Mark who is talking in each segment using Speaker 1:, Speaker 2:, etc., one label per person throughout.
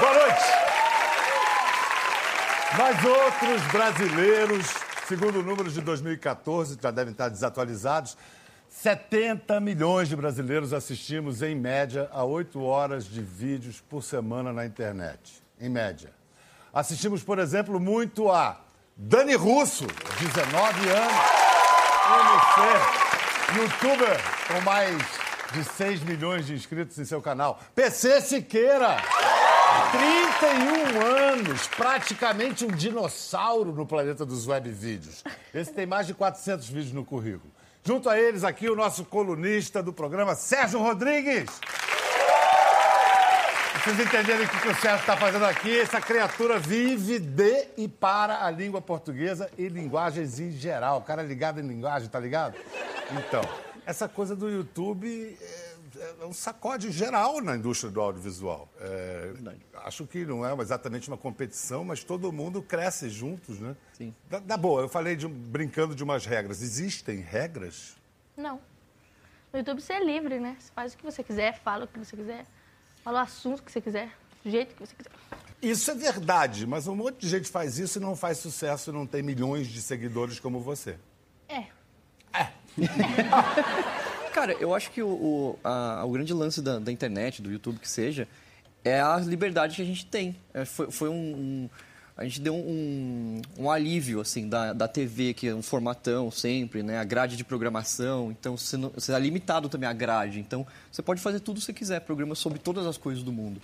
Speaker 1: Boa noite. Mas outros brasileiros, segundo números de 2014, já devem estar desatualizados, 70 milhões de brasileiros assistimos, em média, a 8 horas de vídeos por semana na internet. Em média. Assistimos, por exemplo, muito a Dani Russo, 19 anos, MC, youtuber com mais de 6 milhões de inscritos em seu canal. PC Siqueira, 31 anos, praticamente um dinossauro no planeta dos web vídeos. Esse tem mais de 400 vídeos no currículo. Junto a eles aqui o nosso colunista do programa, Sérgio Rodrigues. Pra vocês entenderem o que, que o Sérgio está fazendo aqui, essa criatura vive de e para a língua portuguesa e linguagens em geral. O cara é ligado em linguagem, tá ligado? Então, essa coisa do YouTube é, é um sacode geral na indústria do audiovisual. É, acho que não é exatamente uma competição, mas todo mundo cresce juntos, né?
Speaker 2: Sim.
Speaker 1: Da, da boa, eu falei de um- brincando de umas regras. Existem regras?
Speaker 3: Não. No YouTube você é livre, né? Você faz o que você quiser, fala o que você quiser, fala o assunto que você quiser, do jeito que você quiser.
Speaker 1: Isso é verdade, mas um monte de gente faz isso e não faz sucesso e não tem milhões de seguidores como você.
Speaker 3: É.
Speaker 2: Cara, eu acho que o, o, a- o grande lance da, da internet, do YouTube que seja, é a liberdade que a gente tem. É, foi foi um, um- A gente deu um, um alívio, assim, da, da TV, que é um formatão sempre, né? A grade de programação. Então, você, não, você é limitado também à grade. Então, você pode fazer tudo o que você quiser. Programa sobre todas as coisas do mundo.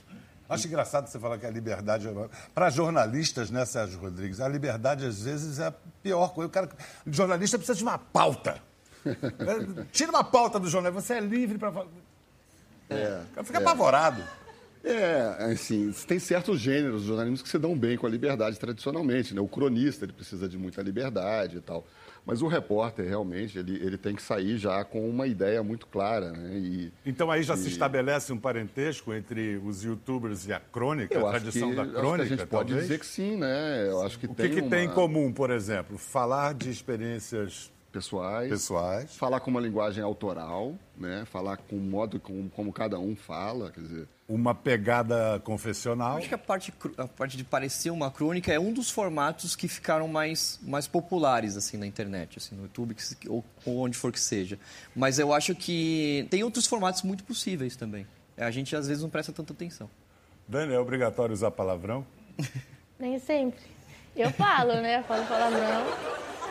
Speaker 1: Acho engraçado você falar que a liberdade. Para jornalistas, né, Sérgio Rodrigues? A liberdade, às vezes, é a pior coisa. O cara, o jornalista precisa de uma pauta. É, Tira uma pauta do jornal. Você é livre para falar. O cara fica apavorado.
Speaker 4: É, assim, tem certos gêneros de jornalismo que se dão bem com a liberdade tradicionalmente, né? O cronista, ele precisa de muita liberdade e tal. Mas o repórter, realmente, ele, ele tem que sair já com uma ideia muito clara, né? E
Speaker 1: Então aí já se estabelece um parentesco entre os youtubers e a crônica,
Speaker 4: eu
Speaker 1: É a
Speaker 4: acho que,
Speaker 1: tradição da
Speaker 4: acho que
Speaker 1: crônica.
Speaker 4: a gente pode
Speaker 1: talvez?
Speaker 4: dizer que sim, né? Eu acho que
Speaker 1: O que,
Speaker 4: tem
Speaker 1: que
Speaker 4: uma...
Speaker 1: tem em comum, por exemplo? Falar de experiências
Speaker 4: Pessoais.
Speaker 1: pessoais.
Speaker 4: Falar com uma linguagem autoral, né? Falar com o modo como, como cada um fala, quer dizer...
Speaker 1: uma pegada confessional.
Speaker 2: Acho que a parte, cru- a parte de parecer uma crônica é um dos formatos que ficaram mais, mais populares assim na internet, assim, no YouTube que se- ou, ou onde for que seja. Mas eu acho que tem outros formatos muito possíveis também. A gente às vezes não presta tanta atenção.
Speaker 1: Dani, é obrigatório usar palavrão?
Speaker 3: Nem sempre. Eu falo, né? Eu falo palavrão.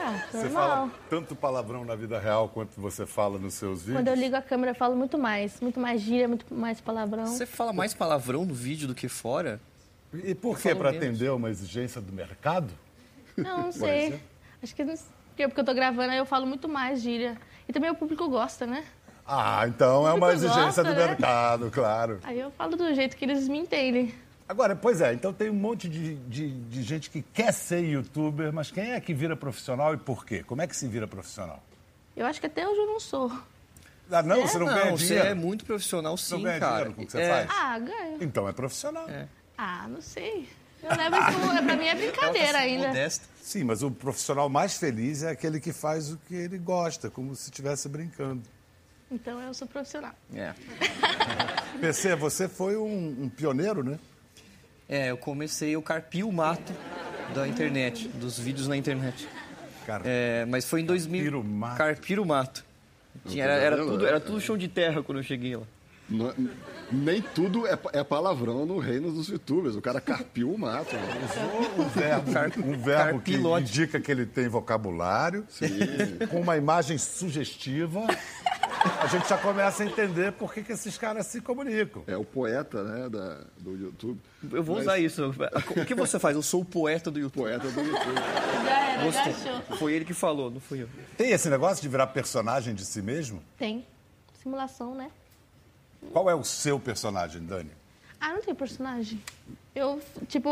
Speaker 3: Ah,
Speaker 1: Você
Speaker 3: normal.
Speaker 1: fala tanto palavrão na vida real quanto você fala nos seus vídeos?
Speaker 3: Quando eu ligo a câmera, eu falo muito mais. Muito mais gíria, muito mais palavrão.
Speaker 2: Você fala mais palavrão no vídeo do que fora?
Speaker 1: E por quê?
Speaker 2: falo
Speaker 1: Para
Speaker 2: menos.
Speaker 1: atender uma exigência do mercado?
Speaker 3: Não, não sei. Acho que não sei. Porque eu tô gravando, aí eu falo muito mais gíria. E também o público gosta, né?
Speaker 1: Ah, então é
Speaker 3: Muito
Speaker 1: uma exigência
Speaker 3: gosta,
Speaker 1: do
Speaker 3: né?
Speaker 1: mercado, claro.
Speaker 3: Aí eu falo do jeito que eles me entendem.
Speaker 1: Agora, pois é, então tem um monte de, de, de gente que quer ser youtuber, mas quem é que vira profissional e por quê? Como é que se vira profissional?
Speaker 3: Eu acho que até hoje eu não sou.
Speaker 1: Ah, não, você não, ganha
Speaker 2: você
Speaker 1: dinheiro.
Speaker 2: é muito profissional sim,
Speaker 1: ganha
Speaker 2: cara.
Speaker 1: dinheiro com o que você
Speaker 2: É,
Speaker 1: faz?
Speaker 3: Ah, ganho.
Speaker 1: Então é profissional.
Speaker 3: Ah, não sei. Eu levo isso como... Pra mim é
Speaker 2: ela tá
Speaker 3: brincadeira
Speaker 2: sendo
Speaker 3: ainda.
Speaker 2: modesta.
Speaker 1: Sim, mas o profissional mais feliz é aquele que faz o que ele gosta, como se estivesse brincando.
Speaker 3: Então eu sou profissional.
Speaker 2: É.
Speaker 1: PC, você foi um, um pioneiro, né?
Speaker 2: É, eu comecei, eu carpi o mato da internet, dos vídeos na internet.
Speaker 1: Cara,
Speaker 2: É, mas foi em 2000.
Speaker 1: Carpir o mato.
Speaker 2: Carpir o mato. Tinha- era, era tudo, era tudo chão de terra quando eu cheguei lá.
Speaker 4: não- é, nem tudo é, pa- é palavrão no reino dos youtubers. O cara carpiu o mato, né?
Speaker 1: um verbo, um verbo que
Speaker 2: Carpilote.
Speaker 1: indica que ele tem vocabulário, com uma imagem sugestiva. A gente já começa a entender por que, que esses caras se comunicam.
Speaker 4: É o poeta, né, da- do YouTube.
Speaker 2: Eu vou
Speaker 4: Mas-
Speaker 2: usar isso. O que você faz? Eu sou o poeta do YouTube.
Speaker 4: Poeta do YouTube.
Speaker 3: Já era, já
Speaker 2: Gostei.
Speaker 3: achou.
Speaker 2: Foi ele que falou, não fui eu.
Speaker 1: Tem esse negócio de virar personagem de si mesmo?
Speaker 3: Tem. Simulação, né?
Speaker 1: Qual é o seu personagem, Dani?
Speaker 3: Ah, não tem personagem. Eu, tipo,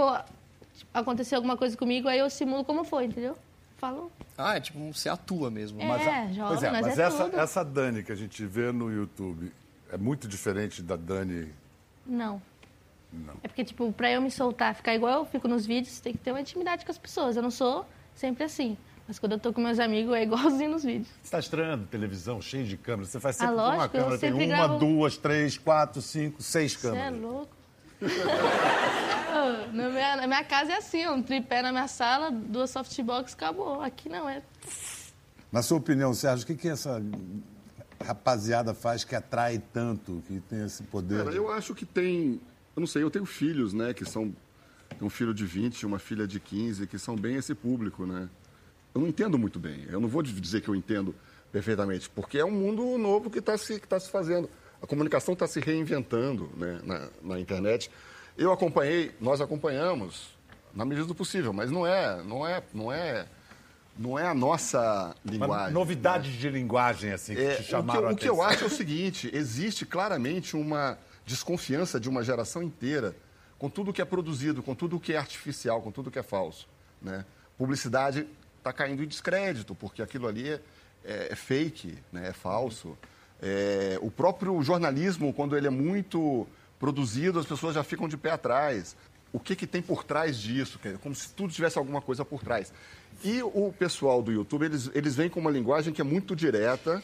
Speaker 3: aconteceu alguma coisa comigo, aí eu simulo como foi, entendeu? Falo.
Speaker 2: Ah, é tipo, você atua mesmo.
Speaker 3: É,
Speaker 2: Mas
Speaker 3: jovem,
Speaker 1: pois é,
Speaker 3: nós
Speaker 1: mas
Speaker 3: é
Speaker 1: essa,
Speaker 3: tudo.
Speaker 1: essa Dani que a gente vê no YouTube é muito diferente da Dani.
Speaker 3: Não. É porque, tipo, pra eu me soltar, ficar igual eu fico nos vídeos, tem que ter uma intimidade com as pessoas. Eu não sou sempre assim. Mas quando eu tô com meus amigos, é igualzinho nos vídeos.
Speaker 1: Você está estranhando televisão, cheio de câmeras. Você faz
Speaker 3: Ah,
Speaker 1: sempre com uma
Speaker 3: lógico, eu
Speaker 1: câmera. Tem uma,
Speaker 3: sempre gravo- é
Speaker 1: duas, três, quatro, cinco, seis
Speaker 3: Você é
Speaker 1: câmeras.
Speaker 3: louco. Não, na minha, na minha casa é assim, ó, um tripé na minha sala, duas softbox, acabou. Aqui não, é...
Speaker 1: Na sua opinião, Sérgio, o que, que essa rapaziada faz que atrai tanto, que tem esse poder?
Speaker 4: Cara, eu acho que tem. Eu não sei, eu tenho filhos, né? Que são. Tem um filho de 20, uma filha de 15, que são bem esse público, né? Eu não entendo muito bem. Eu não vou dizer que eu entendo perfeitamente, porque é um mundo novo que está se, que tá se fazendo. A comunicação está se reinventando né, na, na internet. Eu acompanhei, nós acompanhamos, na medida do possível, mas não é, não é, não é, não é a nossa
Speaker 1: Uma
Speaker 4: linguagem. né?
Speaker 1: novidade de linguagem, assim, que te
Speaker 4: É, o, que, eu-
Speaker 1: chamaram
Speaker 4: o que eu
Speaker 1: a atenção.
Speaker 4: acho é o seguinte: existe claramente uma desconfiança de uma geração inteira com tudo que é produzido, com tudo que é artificial, com tudo que é falso. Né? Publicidade está caindo em descrédito, porque aquilo ali é, é- é fake, né? é falso. É, o próprio jornalismo, quando ele é muito produzido, as pessoas já ficam de pé atrás. O que, que tem por trás disso? Que é Como se tudo tivesse alguma coisa por trás. E o pessoal do YouTube, eles, eles vêm com uma linguagem que é muito direta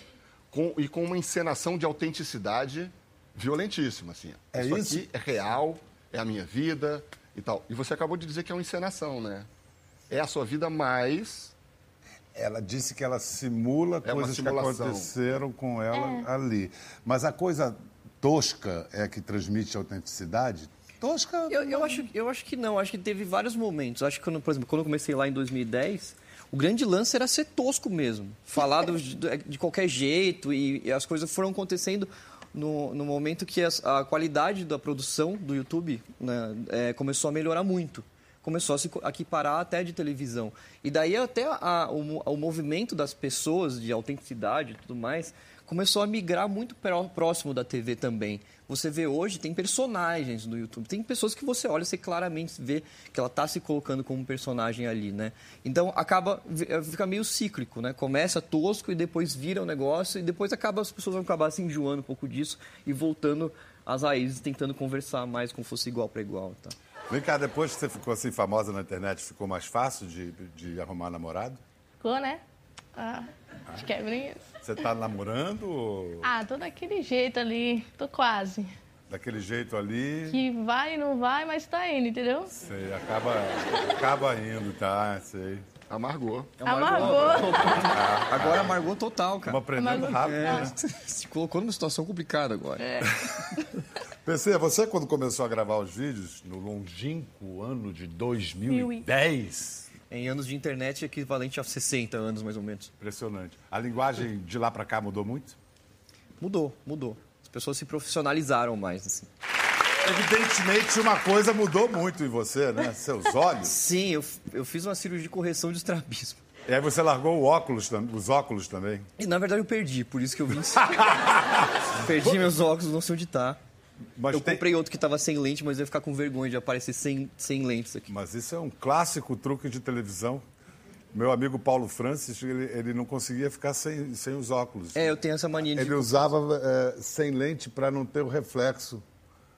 Speaker 4: com- e com uma encenação de autenticidade violentíssima. Assim.
Speaker 1: É isso?
Speaker 4: aqui é real, é a minha vida e tal. E você acabou de dizer que é uma encenação, né? É a sua vida mais
Speaker 1: Ela disse que ela simula
Speaker 4: É uma
Speaker 1: coisas que
Speaker 4: simulação.
Speaker 1: aconteceram com ela
Speaker 3: É.
Speaker 1: ali. Mas a coisa tosca é que transmite autenticidade? Tosca?
Speaker 2: Eu, eu acho, eu acho que não, acho que teve vários momentos. Acho que, quando, por exemplo, quando eu comecei lá em 2010, o grande lance era ser tosco mesmo. Falar do- de, de qualquer jeito e, e as coisas foram acontecendo no, no momento que as- a qualidade da produção do YouTube né, é, começou a melhorar muito. Começou a se co- equiparar até de televisão. E daí até a- o, mo- o movimento das pessoas de autenticidade e tudo mais começou a migrar muito pró- próximo da TV também. Você vê hoje, tem personagens no YouTube. Tem pessoas que você olha, você claramente vê que ela está se colocando como personagem ali, né? Então, acaba, vi- eh, fica meio cíclico, né? Começa tosco e depois vira um negócio e depois acaba, as pessoas vão acabar se enjoando um pouco disso e voltando às raízes, tentando conversar mais como fosse igual para igual, tá?
Speaker 1: Vem cá, depois que você ficou assim famosa na internet, ficou mais fácil de, de arrumar namorado?
Speaker 3: Ficou, né? Ah, de quebrinhas.
Speaker 1: Você tá namorando ou
Speaker 3: Ah, tô daquele jeito ali, tô quase.
Speaker 1: daquele jeito ali?
Speaker 3: Que vai e não vai, mas tá indo, entendeu?
Speaker 1: Sei, acaba, acaba indo, tá? Sei.
Speaker 4: amargor.
Speaker 3: Amargou.
Speaker 2: Agora amargou total,
Speaker 1: Estamos
Speaker 2: cara.
Speaker 1: aprendendo rápido,
Speaker 2: É,
Speaker 1: né?
Speaker 2: se colocou numa situação complicada agora.
Speaker 1: PC, você quando começou a gravar os vídeos, no longínquo ano de 2010,
Speaker 2: Em anos de internet, é equivalente a 60 anos, mais ou menos.
Speaker 1: impressionante. A linguagem de lá pra cá mudou muito?
Speaker 2: Mudou, mudou. As pessoas se profissionalizaram mais, assim.
Speaker 1: Evidentemente, uma coisa mudou muito em você, né? Seus olhos.
Speaker 2: Sim, eu, f- eu fiz uma cirurgia de correção de estrabismo.
Speaker 1: E aí você largou o óculos, tam- os óculos também.
Speaker 2: E, na verdade, eu perdi, por isso que eu vim... perdi meus óculos, não sei onde tá.
Speaker 1: Mas,
Speaker 2: Eu
Speaker 1: tem-
Speaker 2: comprei outro que tava sem lente, mas eu ia ficar com vergonha de aparecer sem, sem lentes aqui.
Speaker 1: Mas isso é um clássico truque de televisão. Meu amigo Paulo Francis, ele, ele não conseguia ficar sem, sem os óculos.
Speaker 2: É, eu tenho essa mania de...
Speaker 1: Ele usava eh, sem lente pra não ter o reflexo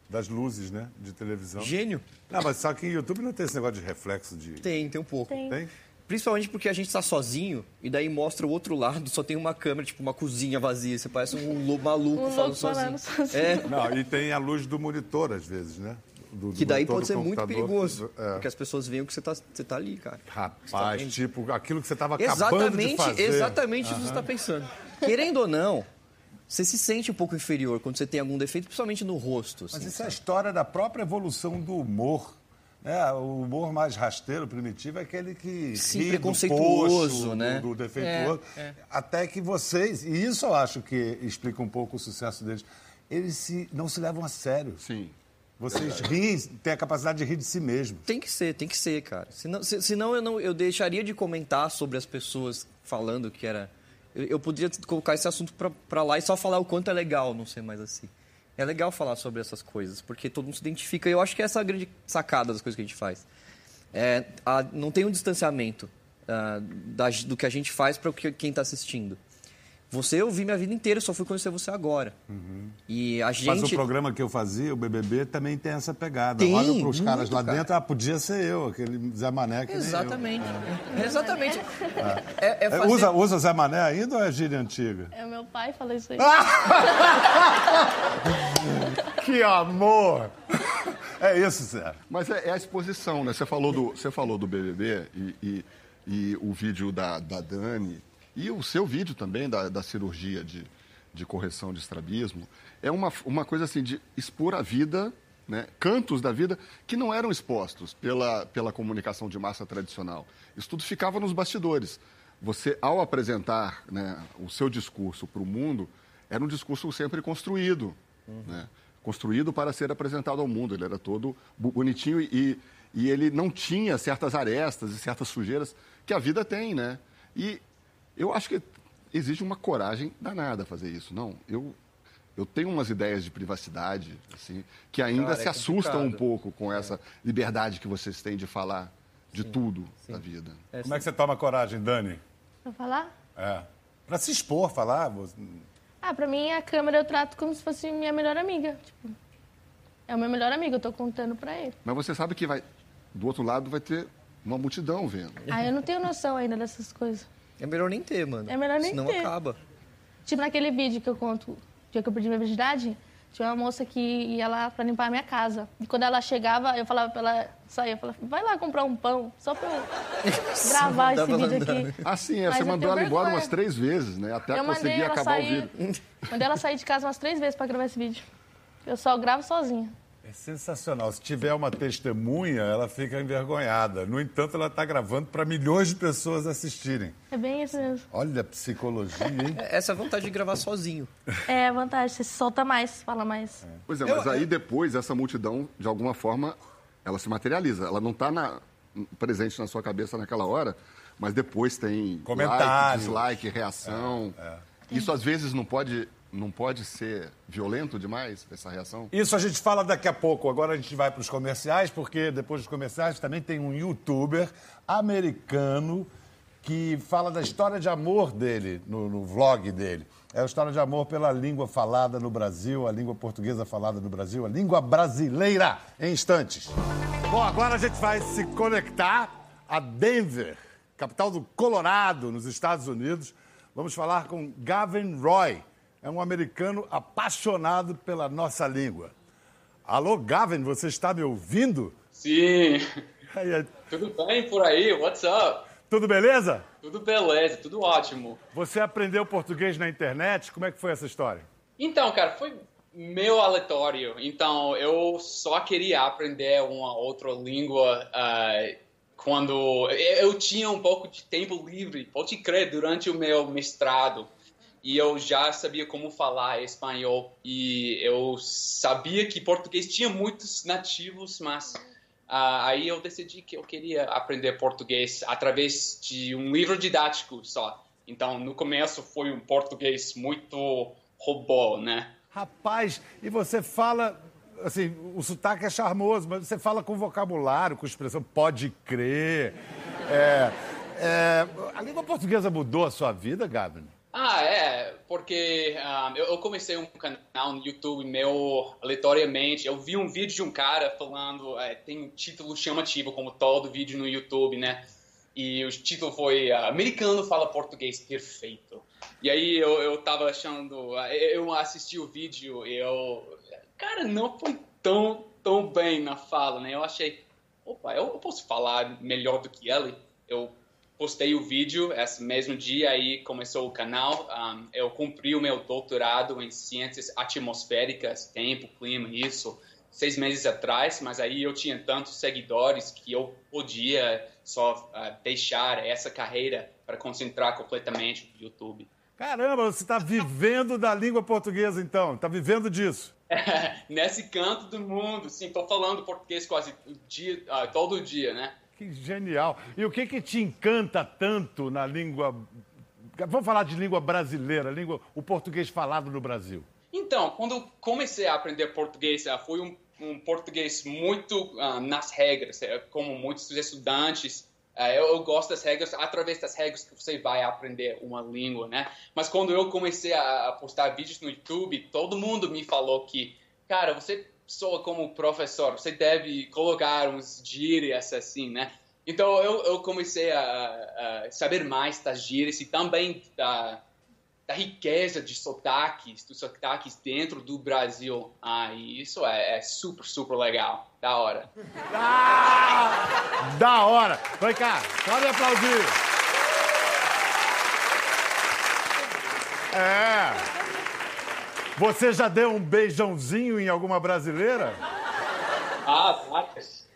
Speaker 1: das luzes, né? De televisão.
Speaker 2: Gênio?
Speaker 1: Não, mas só que em YouTube não tem esse negócio de reflexo de.
Speaker 2: Tem, tem um pouco.
Speaker 3: Tem.
Speaker 1: Tem?
Speaker 2: Principalmente porque a gente tá sozinho e daí mostra o outro lado, só tem uma câmera, tipo uma cozinha vazia. Você parece um lobo maluco
Speaker 3: Um
Speaker 2: falando
Speaker 3: louco falando sozinho.
Speaker 2: É,
Speaker 1: Não, e tem a luz do monitor, às vezes, né? Do- do
Speaker 2: que daí
Speaker 1: monitor
Speaker 2: pode
Speaker 1: do
Speaker 2: ser muito
Speaker 1: computador.
Speaker 2: perigoso.
Speaker 1: É.
Speaker 2: Porque as pessoas veem que você tá, você tá ali, cara. Você tá
Speaker 1: Rapaz,
Speaker 2: vendo?
Speaker 1: tipo, aquilo que você estava acabando de
Speaker 2: Exatamente,
Speaker 1: fazer.
Speaker 2: exatamente isso que você está pensando. Querendo ou não, você se sente um pouco inferior quando você tem algum defeito, principalmente no rosto. assim.
Speaker 1: Mas isso é a história da própria evolução do humor. né? o humor mais rasteiro, primitivo, é aquele que
Speaker 2: Sim,
Speaker 1: ri do
Speaker 2: preconceituoso,
Speaker 1: coxo, do-
Speaker 2: né? é.
Speaker 1: do, defeituoso. Até que vocês, e isso eu acho que explica um pouco o sucesso deles, eles se, não se levam a sério.
Speaker 4: Sim.
Speaker 1: Vocês riem, têm a capacidade de rir de si mesmos.
Speaker 2: Tem que ser, tem que ser, cara. Senão, se- senão eu, não, eu deixaria de comentar sobre as pessoas falando que era. Eu, eu poderia colocar esse assunto pra, pra lá e só falar o quanto é legal não ser mais assim. É legal falar sobre essas coisas, porque todo mundo se identifica. E eu acho que essa é a grande sacada das coisas que a gente faz. É, a- não tem um distanciamento ah, da- do que a gente faz para quem está assistindo. Você eu vi minha vida inteira, eu só fui conhecer você agora. E a gente.
Speaker 1: Mas Uhum. o programa que eu fazia, o BBB, também tem essa pegada.
Speaker 2: Tem,
Speaker 1: Olha para os
Speaker 2: muito,
Speaker 1: caras lá
Speaker 2: cara.
Speaker 1: dentro, ah, podia ser eu, aquele Zé Mané que nem eu.
Speaker 2: Exatamente. Exatamente. É, é
Speaker 1: né? É,
Speaker 2: fazer-
Speaker 1: usa, usa Zé Mané ainda ou é gíria antiga?
Speaker 3: É, meu pai falou isso aí.
Speaker 1: Que amor! É isso, César.
Speaker 4: Mas é, é a exposição, né? Você falou do, você falou do BBB e, e- e o vídeo da, da Dani e o seu vídeo também da, da cirurgia de, de correção de estrabismo. É uma, uma coisa assim de expor a vida, né? cantos da vida que não eram expostos pela, pela comunicação de massa tradicional. Isso tudo ficava nos bastidores. Você, ao apresentar né, o seu discurso para o mundo, era um discurso sempre construído. né? construído para ser apresentado ao mundo. Ele era todo bu- bonitinho e, e ele não tinha certas arestas e certas sujeiras que a vida tem, né? E eu acho que exige uma coragem danada fazer isso. Não, eu, eu tenho umas ideias de privacidade assim, que ainda
Speaker 2: Cara, é
Speaker 4: se assustam um
Speaker 2: complicado. É.
Speaker 4: pouco com essa liberdade que vocês têm de falar de tudo da vida.
Speaker 1: Como é que você toma coragem, Dani?
Speaker 3: Pra falar?
Speaker 1: É. Pra se expor, falar. você-
Speaker 3: Ah, pra mim a câmera eu trato como se fosse minha melhor amiga. Tipo, é o meu melhor amigo, eu tô contando pra ele.
Speaker 4: Mas você sabe que vai do outro lado vai ter uma multidão vendo.
Speaker 3: Ah, eu não tenho noção ainda dessas coisas.
Speaker 2: É melhor nem ter, mano.
Speaker 3: É melhor nem
Speaker 2: Senão
Speaker 3: ter.
Speaker 2: acaba.
Speaker 3: Tipo naquele vídeo que eu conto, dia que eu perdi minha virgindade, tinha uma moça que ia lá pra limpar a minha casa. E quando ela chegava, eu falava pra ela sair, eu falava, vai lá comprar um pão, só pra eu gravar
Speaker 2: Dá
Speaker 3: esse
Speaker 2: pra né?
Speaker 3: vídeo
Speaker 2: mandar,
Speaker 3: aqui.
Speaker 4: Ah, sim, é,
Speaker 3: Mas
Speaker 4: você
Speaker 3: eu
Speaker 4: mandou
Speaker 3: tenho
Speaker 4: ela embora
Speaker 3: vergonha.
Speaker 4: umas três vezes, né? Até
Speaker 3: Eu mandei
Speaker 4: conseguir
Speaker 3: ela
Speaker 4: acabar o
Speaker 3: sair.
Speaker 4: vídeo.
Speaker 3: Mandei ela sair de casa umas três vezes pra gravar esse vídeo. Eu só gravo sozinha.
Speaker 1: É sensacional. Se tiver uma testemunha, ela fica envergonhada. No entanto, ela está gravando para milhões de pessoas assistirem.
Speaker 3: É bem isso mesmo.
Speaker 1: Olha a psicologia, hein?
Speaker 2: É, Essa é a vontade de gravar sozinho.
Speaker 3: É a vantagem, você se solta mais, fala mais.
Speaker 4: Pois é, mas aí depois essa multidão, de alguma forma, ela se materializa. Ela não está presente na sua cabeça naquela hora, mas depois tem like,
Speaker 1: Comentários.
Speaker 4: dislike, reação.
Speaker 1: É,
Speaker 4: Isso às vezes não pode, não pode ser violento demais, essa reação?
Speaker 1: Isso a gente fala daqui a pouco. Agora a gente vai para os comerciais, porque depois dos comerciais também tem um youtuber americano que fala da história de amor dele, no, no vlog dele. É a história de amor pela língua falada no Brasil, a língua portuguesa falada no Brasil, a língua brasileira, em instantes. Bom, agora a gente vai se conectar a Denver, capital do Colorado, nos Estados Unidos. Vamos falar com Gavin Roy. É um americano apaixonado pela nossa língua. Alô, Gavin, você está me ouvindo?
Speaker 5: Sim,
Speaker 1: Aí, aí,
Speaker 5: tudo bem por aí? What's up?
Speaker 1: Tudo beleza?
Speaker 5: Tudo beleza, tudo ótimo.
Speaker 1: Você aprendeu português na internet? Como é que foi essa história?
Speaker 5: Então, cara, foi meio aleatório. Então, eu só queria aprender uma outra língua ah, quando eu tinha um pouco de tempo livre, pode crer, durante o meu mestrado. E eu já sabia como falar espanhol e eu sabia que português tinha muitos nativos, mas ah, aí eu decidi que eu queria aprender português através de um livro didático só. Então, no começo foi um português muito robô, né?
Speaker 1: Rapaz, e você fala. Assim, o sotaque é charmoso, mas você fala com vocabulário, com expressão pode crer. É, é, a língua portuguesa mudou a sua vida, Gavin?
Speaker 5: Ah, é, porque ah, eu, eu comecei um canal no YouTube meu aleatoriamente. Eu vi um vídeo de um cara falando, eh, tem um título chamativo, como todo vídeo no YouTube, né? E o título foi ah, Americano fala português perfeito. E aí eu, eu tava achando, ah, eu assisti o vídeo e eu, cara, não foi tão, tão bem na fala, né? Eu achei, opa, eu posso falar melhor do que ele. Eu postei o vídeo esse mesmo dia aí começou o canal Ahn, eu cumpri o meu doutorado em ciências atmosféricas tempo clima isso seis meses atrás mas aí eu tinha tantos seguidores que eu podia só ah, deixar essa carreira para concentrar completamente no YouTube
Speaker 1: Caramba, você está vivendo da língua portuguesa, então. Está vivendo disso.
Speaker 5: nesse canto do mundo sim tô falando português quase o dia ah, todo dia né
Speaker 1: Que genial. E o que, que te encanta tanto na língua. Vamos falar de língua brasileira, língua, o português falado no Brasil.
Speaker 5: Então, quando eu comecei a aprender português, ah, foi um, um português muito ah, nas regras, eh, como muitos estudantes. ah, eu, eu gosto das regras, através das regras que você vai aprender uma língua, né? Mas quando eu comecei a, a postar vídeos no YouTube, todo mundo me falou que, cara, você soa como professor, você deve colocar uns gírias assim, né? Então eu, eu comecei a, a saber mais das gírias e também da da riqueza de sotaques, dos sotaques dentro do Brasil. Ah, e isso é, é super, super legal. Da hora.
Speaker 1: Da hora! Vem cá, pode aplaudir! É! Você já deu um beijãozinho em alguma brasileira?
Speaker 5: Ah, várias.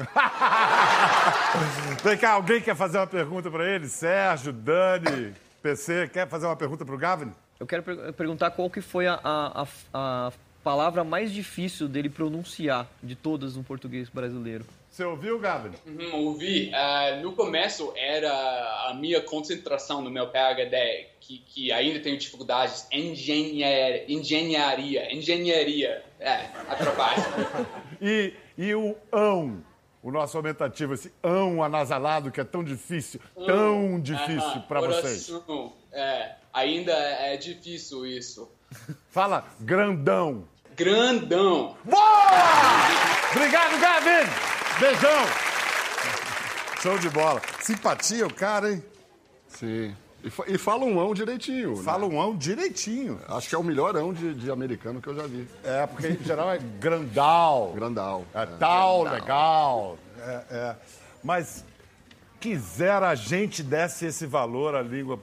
Speaker 1: Vem cá, alguém quer fazer uma pergunta pra ele? Sérgio, Dani, PC, quer fazer uma pergunta pro Gavin?
Speaker 2: Eu quero per- perguntar qual que foi a, a- a- a palavra mais difícil dele pronunciar de todas no português brasileiro.
Speaker 1: Você ouviu, Gavin?
Speaker 5: Uhum, ouvi. Ah, no começo era a minha concentração no meu PhD, que, que ainda tenho dificuldades. Engenharia. Engenharia. Engenharia. É, atrapalha.
Speaker 1: E, e o ão, o nosso aumentativo, esse ão anasalado que é tão difícil, tão É
Speaker 5: Ah,
Speaker 1: difícil pra vocês.
Speaker 5: vocês. É, ainda é difícil isso.
Speaker 1: Fala, grandão.
Speaker 5: Grandão.
Speaker 1: Boa! Obrigado, Gavin! Beijão! Show de bola. Simpatia o cara, hein?
Speaker 4: Sim. E, fa- e fala um ão direitinho. né?
Speaker 1: Fala um ão direitinho.
Speaker 4: Acho que é o melhor ão de, de americano que eu já vi.
Speaker 1: É, porque em geral é grandal.
Speaker 4: Grandal.
Speaker 1: É tal, legal. É, é. Mas quisera a gente desse esse valor à língua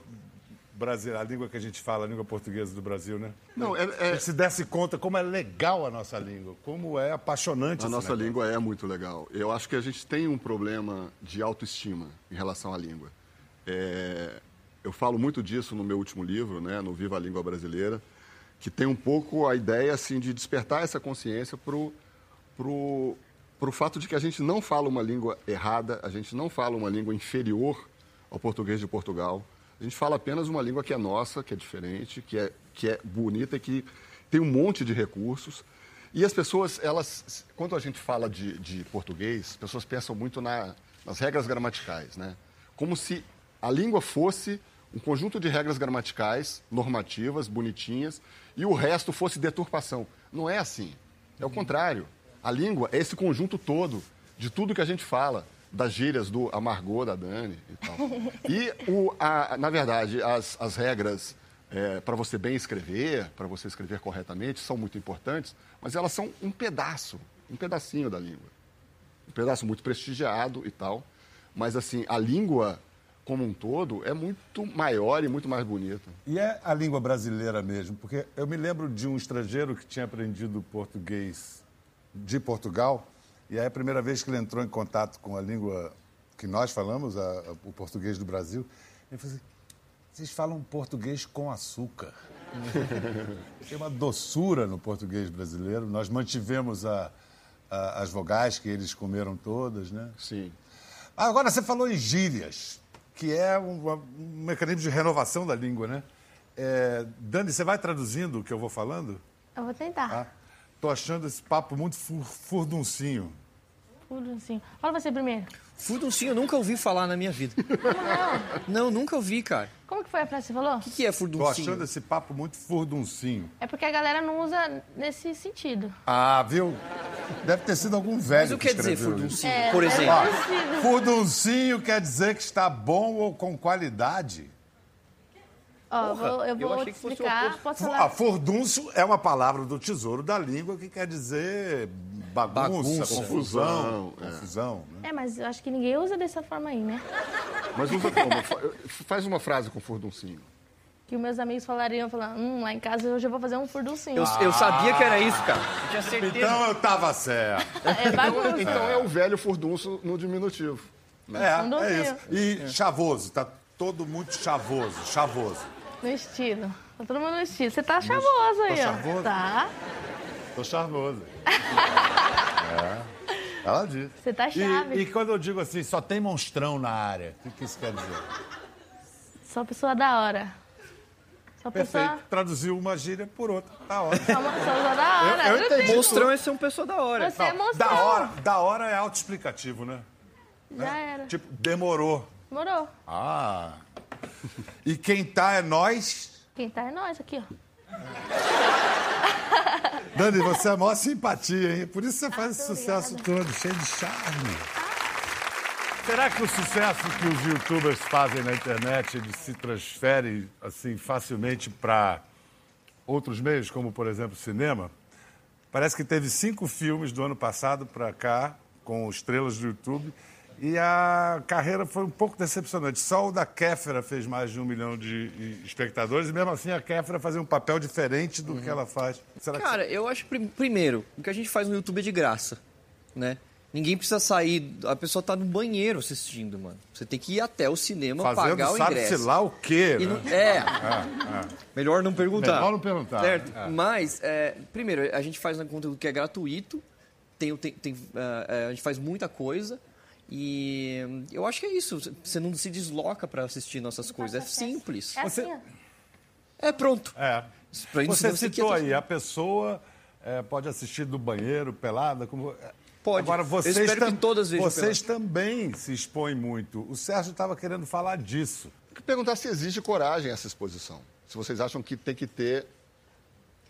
Speaker 1: brasileira, à língua que a gente fala, a língua portuguesa do Brasil, né?
Speaker 4: Não, é-
Speaker 1: A
Speaker 4: é-
Speaker 1: gente se desse conta como é legal a nossa língua, como é apaixonante
Speaker 4: a
Speaker 1: esse
Speaker 4: nossa
Speaker 1: negócio.
Speaker 4: língua é muito legal. Eu acho que a gente tem um problema de autoestima em relação à língua. É, eu falo muito disso no meu último livro, né, no Viva a Língua Brasileira, que tem um pouco a ideia assim de despertar essa consciência pro pro pro fato de que a gente não fala uma língua errada, a gente não fala uma língua inferior ao português de Portugal. A gente fala apenas uma língua que é nossa, que é diferente, que é que é bonita, que tem um monte de recursos. E as pessoas, elas, quando a gente fala de, de português, as pessoas pensam muito na- nas regras gramaticais, né? Como se a língua fosse um conjunto de regras gramaticais, normativas, bonitinhas, e o resto fosse deturpação. Não é assim. É o contrário. A língua é esse conjunto todo de tudo que a gente fala, das gírias do amargor da Dani e tal. E, o, a- na verdade, as, as regras para você bem escrever, para você escrever corretamente, são muito importantes, mas elas são um pedaço, um pedacinho da língua um pedaço muito prestigiado e tal. Mas, assim, a língua como um todo é muito maior e muito mais bonita.
Speaker 1: E é a língua brasileira mesmo, porque eu me lembro de um estrangeiro que tinha aprendido português de Portugal, e aí a primeira vez que ele entrou em contato com a língua que nós falamos, a- a- o português do Brasil, ele falou assim, vocês falam português com açúcar. Tem uma doçura no português brasileiro, nós mantivemos a- a- as vogais que eles comeram todas, né?
Speaker 4: Sim.
Speaker 1: Agora, você falou em gírias, que é um, um mecanismo de renovação da língua, né? É, Dani, você vai traduzindo o que eu vou falando?
Speaker 3: Eu vou tentar.
Speaker 1: Ah, tô achando esse papo muito fur, furduncinho.
Speaker 3: Tudo assim. Fala você primeiro.
Speaker 2: Furduncinho eu nunca ouvi falar na minha vida. Não, nunca ouvi, cara.
Speaker 3: Como que foi a frase que você falou?
Speaker 2: O que, que é
Speaker 1: Tô
Speaker 2: furduncinho?
Speaker 1: achando esse papo muito furduncinho.
Speaker 3: É porque a galera não usa nesse sentido.
Speaker 1: Ah, viu? Deve ter sido algum velho
Speaker 2: Mas o que quer dizer
Speaker 1: escreveu isso.
Speaker 2: furduncinho,
Speaker 3: É,
Speaker 2: por
Speaker 3: deve
Speaker 2: exemplo?
Speaker 3: ter sido.
Speaker 1: Furduncinho quer dizer que está bom ou com qualidade?
Speaker 3: Ó, eu
Speaker 2: Porra,
Speaker 3: vou, eu
Speaker 2: eu
Speaker 3: vou
Speaker 2: achei
Speaker 3: te
Speaker 2: que fosse o
Speaker 3: explicar.
Speaker 2: oposto.
Speaker 3: Posso
Speaker 1: Ah,
Speaker 3: falar?
Speaker 1: furdúncio é uma palavra do tesouro da língua que quer dizer bagunça,
Speaker 2: Bagunça.
Speaker 1: confusão.
Speaker 4: Confusão, é.
Speaker 1: Confusão, né?
Speaker 3: É, mas eu acho que ninguém usa dessa forma aí, né?
Speaker 4: Mas usa como? Fa- Faz uma frase com furduncinho.
Speaker 3: Que meus amigos falariam, falando, hum, lá em casa hoje eu vou fazer um furducinho.
Speaker 2: Eu, eu sabia que era isso, cara. Eu tinha certeza.
Speaker 1: Então eu tava certo.
Speaker 3: É bagunça.
Speaker 4: Então é o velho furdunço no diminutivo.
Speaker 1: É, é
Speaker 3: Furduncinho.
Speaker 1: isso. E chavoso, tá todo muito chavoso, chavoso.
Speaker 3: No estilo. Tá todo mundo no estilo. Você tá chavoso aí, ó.
Speaker 1: chavoso?
Speaker 3: Tá.
Speaker 1: Tô charmoso. é. Ela disse.
Speaker 3: Você tá chave.
Speaker 1: E, e quando eu digo assim, só tem monstrão na área, o que, que isso quer dizer?
Speaker 3: Só pessoa da hora. Só pessoa.
Speaker 1: Perfeito. Traduziu uma gíria por outra. Da hora.
Speaker 3: Só uma- só pessoa da hora.
Speaker 1: Eu- eu
Speaker 3: Não
Speaker 1: entendi.
Speaker 3: tem-
Speaker 2: Monstrão é ser um pessoa da hora.
Speaker 3: Você é monstrão.
Speaker 1: Da hora, da hora é autoexplicativo, né?
Speaker 3: Já era.
Speaker 1: Tipo, demorou.
Speaker 3: Morou.
Speaker 1: Ah. E quem tá é nós.
Speaker 3: Quem tá é nós aqui, ó.
Speaker 1: Dani, você é a maior simpatia, hein? Por isso você faz esse
Speaker 3: obrigada.
Speaker 1: sucesso todo, cheio de charme. Será que o sucesso que os youtubers fazem na internet ele se transfere assim facilmente para outros meios, como por exemplo cinema? Parece que teve cinco filmes do ano passado para cá com estrelas do YouTube e a carreira foi um pouco decepcionante. Só o da Kéfera fez mais de um milhão de espectadores e mesmo assim a Kéfera fazia um papel diferente do que ela faz. Será que
Speaker 2: Cara, eu acho, prim- primeiro, o que a gente faz no YouTube é de graça, né? Ninguém precisa sair, a pessoa tá no banheiro assistindo, mano. Você tem que ir até o cinema,
Speaker 1: fazendo
Speaker 2: pagar o
Speaker 1: sabe-se
Speaker 2: ingresso.
Speaker 1: lá o quê?
Speaker 2: E
Speaker 1: né?
Speaker 2: não- é, melhor não perguntar.
Speaker 1: Melhor não perguntar,
Speaker 2: Certo?
Speaker 1: é.
Speaker 2: Mas, é, primeiro, a gente faz um conteúdo que é gratuito, tem, tem, tem, ah, ah, a gente faz muita coisa. E hum, eu acho que é isso. Você não se desloca pra assistir nossas coisas. É simples.
Speaker 3: É
Speaker 1: Você-
Speaker 3: assim, ó.
Speaker 2: É pronto.
Speaker 1: É.
Speaker 2: Pra ir no
Speaker 1: Você
Speaker 2: cinema, você
Speaker 1: citou
Speaker 2: quer-
Speaker 1: aí, a pessoa é, pode assistir do banheiro, pelada, como... é.
Speaker 2: Pode.
Speaker 1: Agora,
Speaker 2: Eu
Speaker 1: vocês
Speaker 2: espero que
Speaker 1: tam-
Speaker 2: todas vejam
Speaker 1: Vocês também se expõem muito. O Sérgio estava querendo falar disso.
Speaker 4: que perguntar se existe coragem a essa exposição. Se vocês acham que tem que ter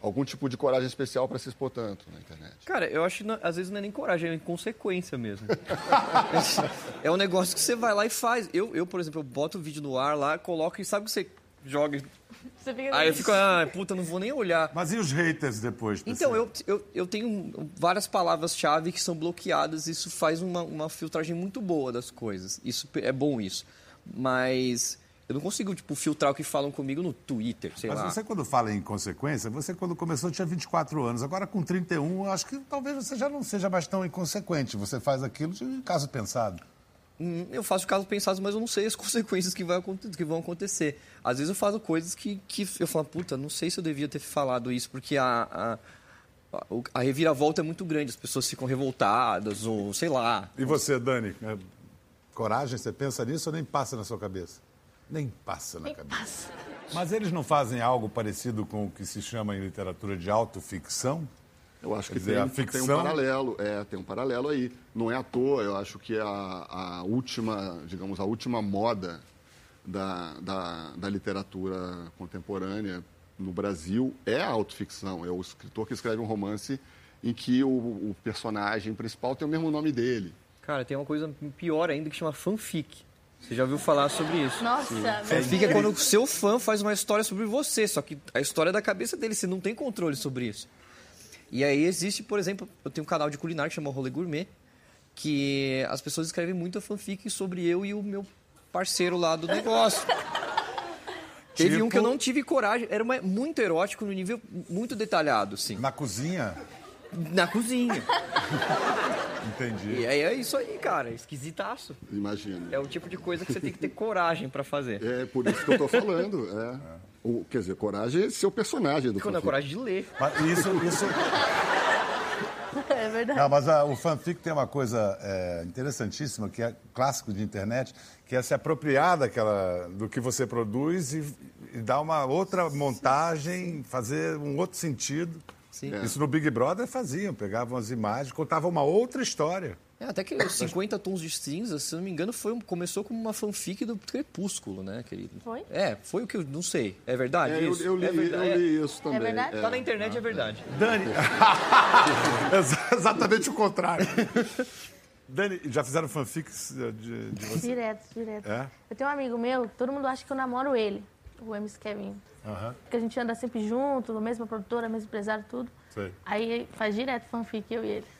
Speaker 4: algum tipo de coragem especial para se expor tanto na internet.
Speaker 2: Cara, eu acho que não- às vezes não é nem coragem, é inconsequência mesmo. é um negócio que você vai lá e faz. Eu, eu por exemplo, eu boto o vídeo no ar lá, coloco e sabe o que você joga.
Speaker 3: Você fica... assim.
Speaker 2: Aí eu fico, ah, puta, não vou nem olhar.
Speaker 1: Mas e os haters depois?
Speaker 2: Então,
Speaker 1: Priscila?
Speaker 2: eu, eu, eu tenho várias palavras-chave que são bloqueadas, isso faz uma, uma filtragem muito boa das coisas. Isso pe- é bom isso. Mas eu não consigo, tipo, filtrar o que falam comigo no Twitter, sei
Speaker 1: Mas
Speaker 2: lá.
Speaker 1: você, quando fala em consequência, você, quando começou, tinha 24 anos. Agora, com 31, eu acho que talvez você já não seja mais tão inconsequente. Você faz aquilo de caso pensado.
Speaker 2: Hum, Eu faço casos pensados, mas eu não sei as consequências que, vai, aconte- que vão acontecer. Às vezes eu faço coisas que, que eu falo, puta, não sei se eu devia ter falado isso, porque a, a, a, o- a reviravolta é muito grande, as pessoas ficam revoltadas, ou sei lá.
Speaker 1: E você, Dani? é, Coragem, você pensa nisso ou nem passa na sua cabeça? Nem passa na cabeça.
Speaker 3: Passa.
Speaker 1: Mas eles não fazem algo parecido com o que se chama em literatura de autoficção?
Speaker 4: Eu acho
Speaker 1: Quer
Speaker 4: que
Speaker 1: dizer,
Speaker 4: tem,
Speaker 1: a
Speaker 4: tem
Speaker 1: ficção-
Speaker 4: um paralelo, é, tem um paralelo aí. Não é à toa, eu acho que a, a última, digamos, a última moda da, da, da literatura contemporânea no Brasil é a autoficção. É o escritor que escreve um romance em que o, o personagem principal tem o mesmo nome dele.
Speaker 2: Cara, tem uma coisa pior ainda que chama fanfic. Você já ouviu falar sobre isso?
Speaker 3: Nossa, meu
Speaker 2: Fanfic é quando o seu fã faz uma história sobre você, só que a história é da cabeça dele, você não tem controle sobre isso. E aí existe, por exemplo, eu tenho um canal de culinária que chama Rolê Gourmet, que as pessoas escrevem muita fanfic sobre eu e o meu parceiro lá do negócio. Teve um que eu não tive coragem, era uma- muito erótico no nível muito detalhado, assim.
Speaker 1: Na cozinha?
Speaker 2: Na cozinha.
Speaker 1: Entendi.
Speaker 2: E aí é isso aí, cara, esquisitaço.
Speaker 4: Imagina.
Speaker 2: É o tipo de coisa que você tem que ter coragem pra fazer.
Speaker 4: É por isso que eu tô falando. É. O, quer dizer, coragem é ser o personagem
Speaker 2: Quando
Speaker 4: do
Speaker 2: é
Speaker 4: fanfic.
Speaker 2: coragem de ler.
Speaker 1: Mas isso, isso...
Speaker 3: Deus. É verdade.
Speaker 1: Não, mas a- o fanfic tem uma coisa é, interessantíssima, que é clássico de internet, que é se apropriar daquela, do que você produz e, e dar uma outra montagem, fazer um outro sentido.
Speaker 2: Sim.
Speaker 1: Isso no Big Brother faziam, pegavam as imagens, contavam uma outra história.
Speaker 2: É, até que os 50 Tons de Cinza, se não me engano, foi um- começou como uma fanfic do Crepúsculo, né, querido?
Speaker 3: Foi?
Speaker 2: É, foi o que eu não sei. É verdade
Speaker 4: É, eu,
Speaker 2: isso?
Speaker 4: eu li,
Speaker 2: é verdade.
Speaker 4: eu li isso também.
Speaker 3: verdade?
Speaker 2: Tá na internet, é verdade.
Speaker 1: Dani. Ex- Exatamente o contrário. Dani, já fizeram fanfics eh, de, de você?
Speaker 3: Direto, direto.
Speaker 1: É?
Speaker 3: Eu tenho um amigo meu, todo mundo acha que eu namoro ele, o MC Kevin.
Speaker 1: Aham.
Speaker 3: Porque a gente anda sempre junto, mesma produtora, mesmo empresário, tudo.
Speaker 1: Sei.
Speaker 3: Aí faz direto fanfic, eu e ele.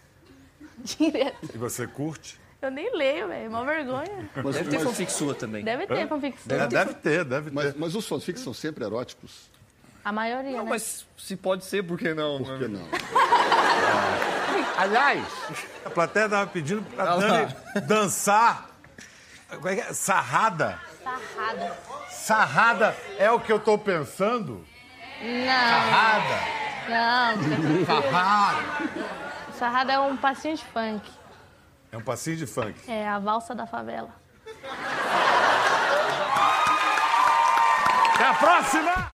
Speaker 3: Direto.
Speaker 1: E você curte?
Speaker 3: Eu nem leio, velho. Mó vergonha.
Speaker 4: Mas,
Speaker 2: Deve ter
Speaker 4: mas-
Speaker 2: fanfic sua também.
Speaker 3: Deve ter fanfic. sim.
Speaker 1: É, deve ter, deve ter.
Speaker 4: mas- mas os fanfics são sempre eróticos?
Speaker 3: A maioria,
Speaker 2: Não,
Speaker 3: né?
Speaker 2: mas se pode ser, por que não?
Speaker 4: Por que não? né?
Speaker 2: Aliás,
Speaker 1: A plateia tava pedindo pra
Speaker 2: Ah lá.
Speaker 1: Dani dançar. Como é que é? Sarrada?
Speaker 3: Sarrada.
Speaker 1: Sarrada é o que eu tô pensando?
Speaker 3: Não,
Speaker 1: Sarrada.
Speaker 3: não.
Speaker 1: Sarrada.
Speaker 3: Sarrada é um passinho de funk.
Speaker 1: É um passinho de funk.
Speaker 3: É a valsa da favela.
Speaker 1: Até a próxima!